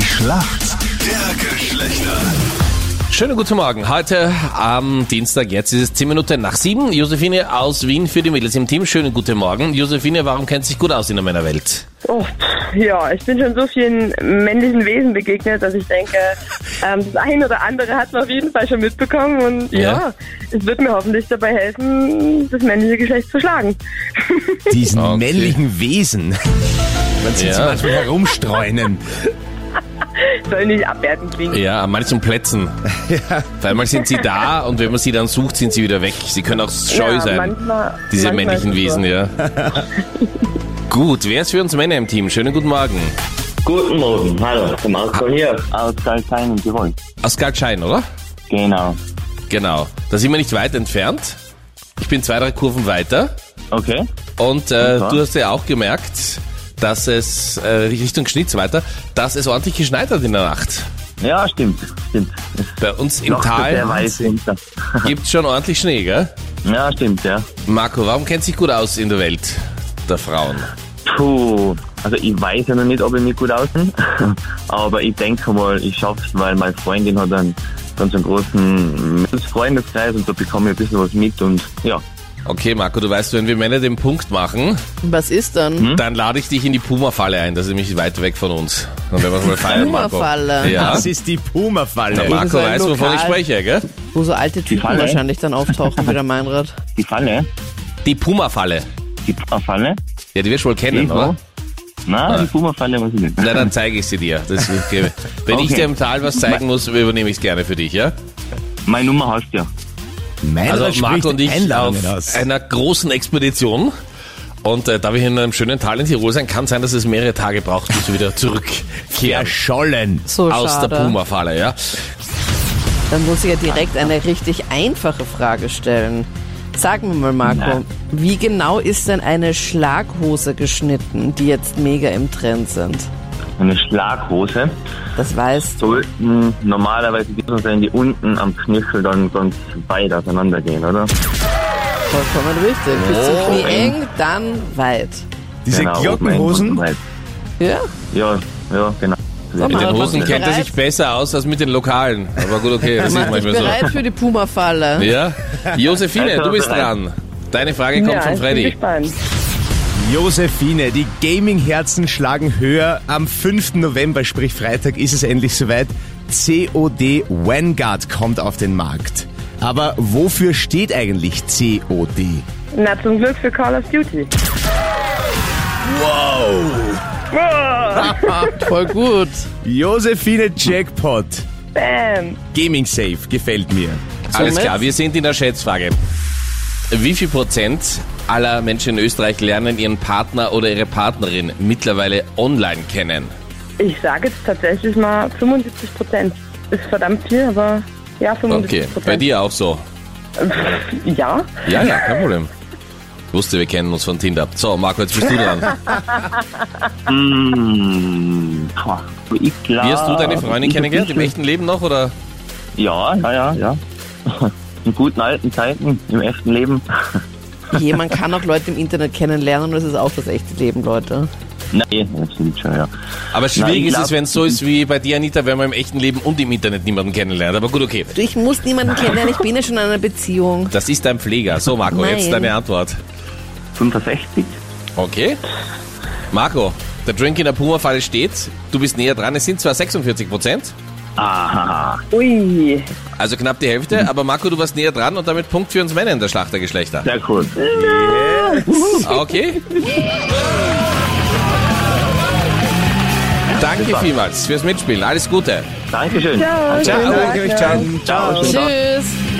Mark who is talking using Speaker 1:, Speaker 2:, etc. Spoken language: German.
Speaker 1: Schlacht der Geschlechter.
Speaker 2: Schönen guten Morgen. Heute am Dienstag, jetzt ist es 10 Minuten nach 7. Josephine aus Wien für die Mädels im Team. Schönen guten Morgen. Josephine, warum kennt sich gut aus in der Männerwelt?
Speaker 3: Oh, pff, ja, ich bin schon so vielen männlichen Wesen begegnet, dass ich denke, ähm, das ein oder andere hat man auf jeden Fall schon mitbekommen und ja,
Speaker 2: Ja.
Speaker 3: es wird mir hoffentlich dabei helfen, das männliche Geschlecht zu schlagen.
Speaker 4: Diesen
Speaker 2: Okay.
Speaker 4: männlichen Wesen. Man sieht sie
Speaker 2: Ja.
Speaker 4: manchmal herumstreunen.
Speaker 3: Soll nicht abwertend klingen.
Speaker 2: Ja, an manchen Plätzen. Auf einmal sind sie da und wenn man sie dann sucht, sind sie wieder weg. Sie können auch scheu
Speaker 3: Ja,
Speaker 2: sein,
Speaker 3: manchmal-
Speaker 2: diese
Speaker 3: manchmal
Speaker 2: männlichen
Speaker 3: ist es so.
Speaker 2: Wesen, ja. Gut, wer ist für uns Männer im Team? Schönen guten Morgen.
Speaker 5: Guten Morgen, hallo, zum Ausbau hier. Aus Galtein und Tirol.
Speaker 2: Aus Galtschein, oder?
Speaker 5: Genau.
Speaker 2: Genau. Da sind wir nicht weit entfernt. Ich bin zwei, drei Kurven weiter.
Speaker 5: Okay.
Speaker 2: Und äh,
Speaker 5: zwar?
Speaker 2: du hast ja auch gemerkt, dass es äh, Richtung Schnitz weiter, dass es ordentlich geschneit hat in der Nacht.
Speaker 5: Ja, stimmt, stimmt. Es
Speaker 2: Bei uns im
Speaker 5: locht Der
Speaker 2: Tal
Speaker 5: weiße Winter.
Speaker 2: gibt's schon ordentlich Schnee, gell?
Speaker 5: Ja, stimmt, ja.
Speaker 2: Marco, warum kennt sich gut aus in der Welt der Frauen?
Speaker 5: Puh. Also ich weiß ja noch nicht, ob ich mich gut auskenne, aber ich denke mal, ich schaff's, weil meine Freundin hat einen ganz einen großen Freundeskreis und da bekomme ich ein bisschen was mit und ja.
Speaker 2: Okay, Marco, du weißt, wenn wir Männer den Punkt machen,
Speaker 6: Was ist dann?
Speaker 2: dann lade ich dich in die Puma-Falle ein. Das ist nämlich weit weg von uns. Und wenn wir mal feiern, Marco.
Speaker 6: Puma-Falle.
Speaker 2: Ja.
Speaker 4: Das ist die
Speaker 2: Der
Speaker 4: Puma-Falle.
Speaker 2: Marco
Speaker 6: so ein
Speaker 2: weiß, wovon
Speaker 6: Lokal.
Speaker 2: ich spreche, gell?
Speaker 6: Wo so alte Typen
Speaker 5: Falle.
Speaker 6: wahrscheinlich dann auftauchen, wie der Meinrad.
Speaker 5: Die Falle,
Speaker 2: Die Puma-Falle.
Speaker 5: die Falle,
Speaker 2: Ja, die wirst du wohl kennen,
Speaker 5: Die wo?
Speaker 2: oder?
Speaker 5: na, die Puma-Falle weiß ich nicht.
Speaker 2: Na, dann zeige ich sie dir. Das ist okay. Wenn ich
Speaker 5: Okay.
Speaker 2: dir im Tal was zeigen muss, übernehme ich es gerne für dich, ja?
Speaker 5: Meine Nummer hast du ja.
Speaker 4: Meinrad
Speaker 2: Also
Speaker 4: spricht
Speaker 2: Marco und ich auf
Speaker 4: Einladungen aus.
Speaker 2: einer großen Expedition. Und äh, da wir hier in einem schönen Tal in Tirol sein, kann sein, dass es mehrere Tage braucht, bis wir wieder zurückkehren.
Speaker 4: Verschollen.
Speaker 6: So
Speaker 2: aus
Speaker 6: schade.
Speaker 2: der Puma-Falle, ja?
Speaker 6: Dann muss ich ja direkt eine richtig einfache Frage stellen. Sag mir mal, Marco, wie genau ist denn eine Schlaghose geschnitten, die jetzt mega im Trend sind?
Speaker 5: Eine Schlaghose.
Speaker 6: Das weißt du.
Speaker 5: sollten normalerweise die so sein, die unten am Knöchel dann ganz weit auseinander gehen, oder?
Speaker 6: vollkommen richtig. Bis zum Knie eng, dann weit.
Speaker 4: Diese Glockenhosen.
Speaker 5: Genau, oben rein,
Speaker 6: Ja,
Speaker 5: unten rein. Ja, ja, genau.
Speaker 6: Mit
Speaker 2: Mit den
Speaker 6: Aber
Speaker 2: Hosen
Speaker 6: trotzdem
Speaker 2: kennt er
Speaker 6: bereit.
Speaker 2: sich besser aus als mit den Lokalen. Aber gut, okay, das ist
Speaker 6: mach dich
Speaker 2: manchmal so.
Speaker 6: bereit für die Puma-Falle.
Speaker 2: Ja? Josephine,
Speaker 5: Also
Speaker 2: du bist
Speaker 5: bereit.
Speaker 2: dran. Deine Frage kommt
Speaker 3: ja,
Speaker 2: von
Speaker 3: Ich bin
Speaker 2: Freddy.
Speaker 3: gespannt.
Speaker 4: Josephine, die Gaming-Herzen schlagen höher. Am 5. November, sprich Freitag, ist es endlich soweit. COD Vanguard kommt auf den Markt. Aber wofür steht eigentlich COD?
Speaker 3: Na, zum Glück für Call of Duty.
Speaker 2: Ah,
Speaker 6: Voll gut.
Speaker 4: Josephine Jackpot.
Speaker 3: Bam.
Speaker 4: Gaming Safe gefällt mir.
Speaker 2: Alles
Speaker 6: Somit?
Speaker 2: klar, wir sind in der Schätzfrage. Wie viel Prozent aller Menschen in Österreich lernen ihren Partner oder ihre Partnerin mittlerweile online kennen?
Speaker 3: Ich sage jetzt tatsächlich mal 75 Prozent. Ist verdammt viel, aber ja, 75
Speaker 2: Okay, bei dir auch so.
Speaker 3: Ja.
Speaker 2: Ja, ja, kein Problem. Wusste, wir kennen uns von Tinder. So, Marco, jetzt bist du dran.
Speaker 5: Mmh, boah, ich glaub,
Speaker 2: Wie hast du deine Freundin kennengelernt? Im echten Leben noch oder?
Speaker 5: Ja, ja, ja, ja. In guten alten Zeiten, im echten Leben.
Speaker 6: Je, man kann auch Leute im Internet kennenlernen und es ist auch das echte Leben, Leute.
Speaker 5: Nein, das stimmt schon, ja.
Speaker 2: Aber schwierig
Speaker 5: Nein, ich
Speaker 2: ist
Speaker 5: glaub-
Speaker 2: es, wenn es so ist wie bei dir, Anita, wenn man im echten Leben und im Internet niemanden kennenlernt. Aber gut, okay.
Speaker 6: Du, Ich muss niemanden kennenlernen, ich bin ja schon in einer Beziehung.
Speaker 2: Das ist dein Pfleger. So, Marco, jetzt
Speaker 6: Nein.
Speaker 2: deine Antwort.
Speaker 5: 65?
Speaker 2: Okay. Marco, der Drink in der Puma-Falle steht. Du bist näher dran. Es sind zwar 46 Prozent,
Speaker 5: Aha.
Speaker 3: Ui.
Speaker 2: also knapp die Hälfte, aber Marco, du warst näher dran und damit Punkt für uns Männer in der Schlacht der Geschlechter. Ah,
Speaker 5: Sehr cool.
Speaker 2: Okay. Danke vielmals fürs Mitspielen. Alles Gute.
Speaker 5: Dankeschön.
Speaker 3: Ciao.
Speaker 2: Ciao.
Speaker 4: Danke euch, ciao.
Speaker 5: Ciao. Ciao.
Speaker 6: Tschüss.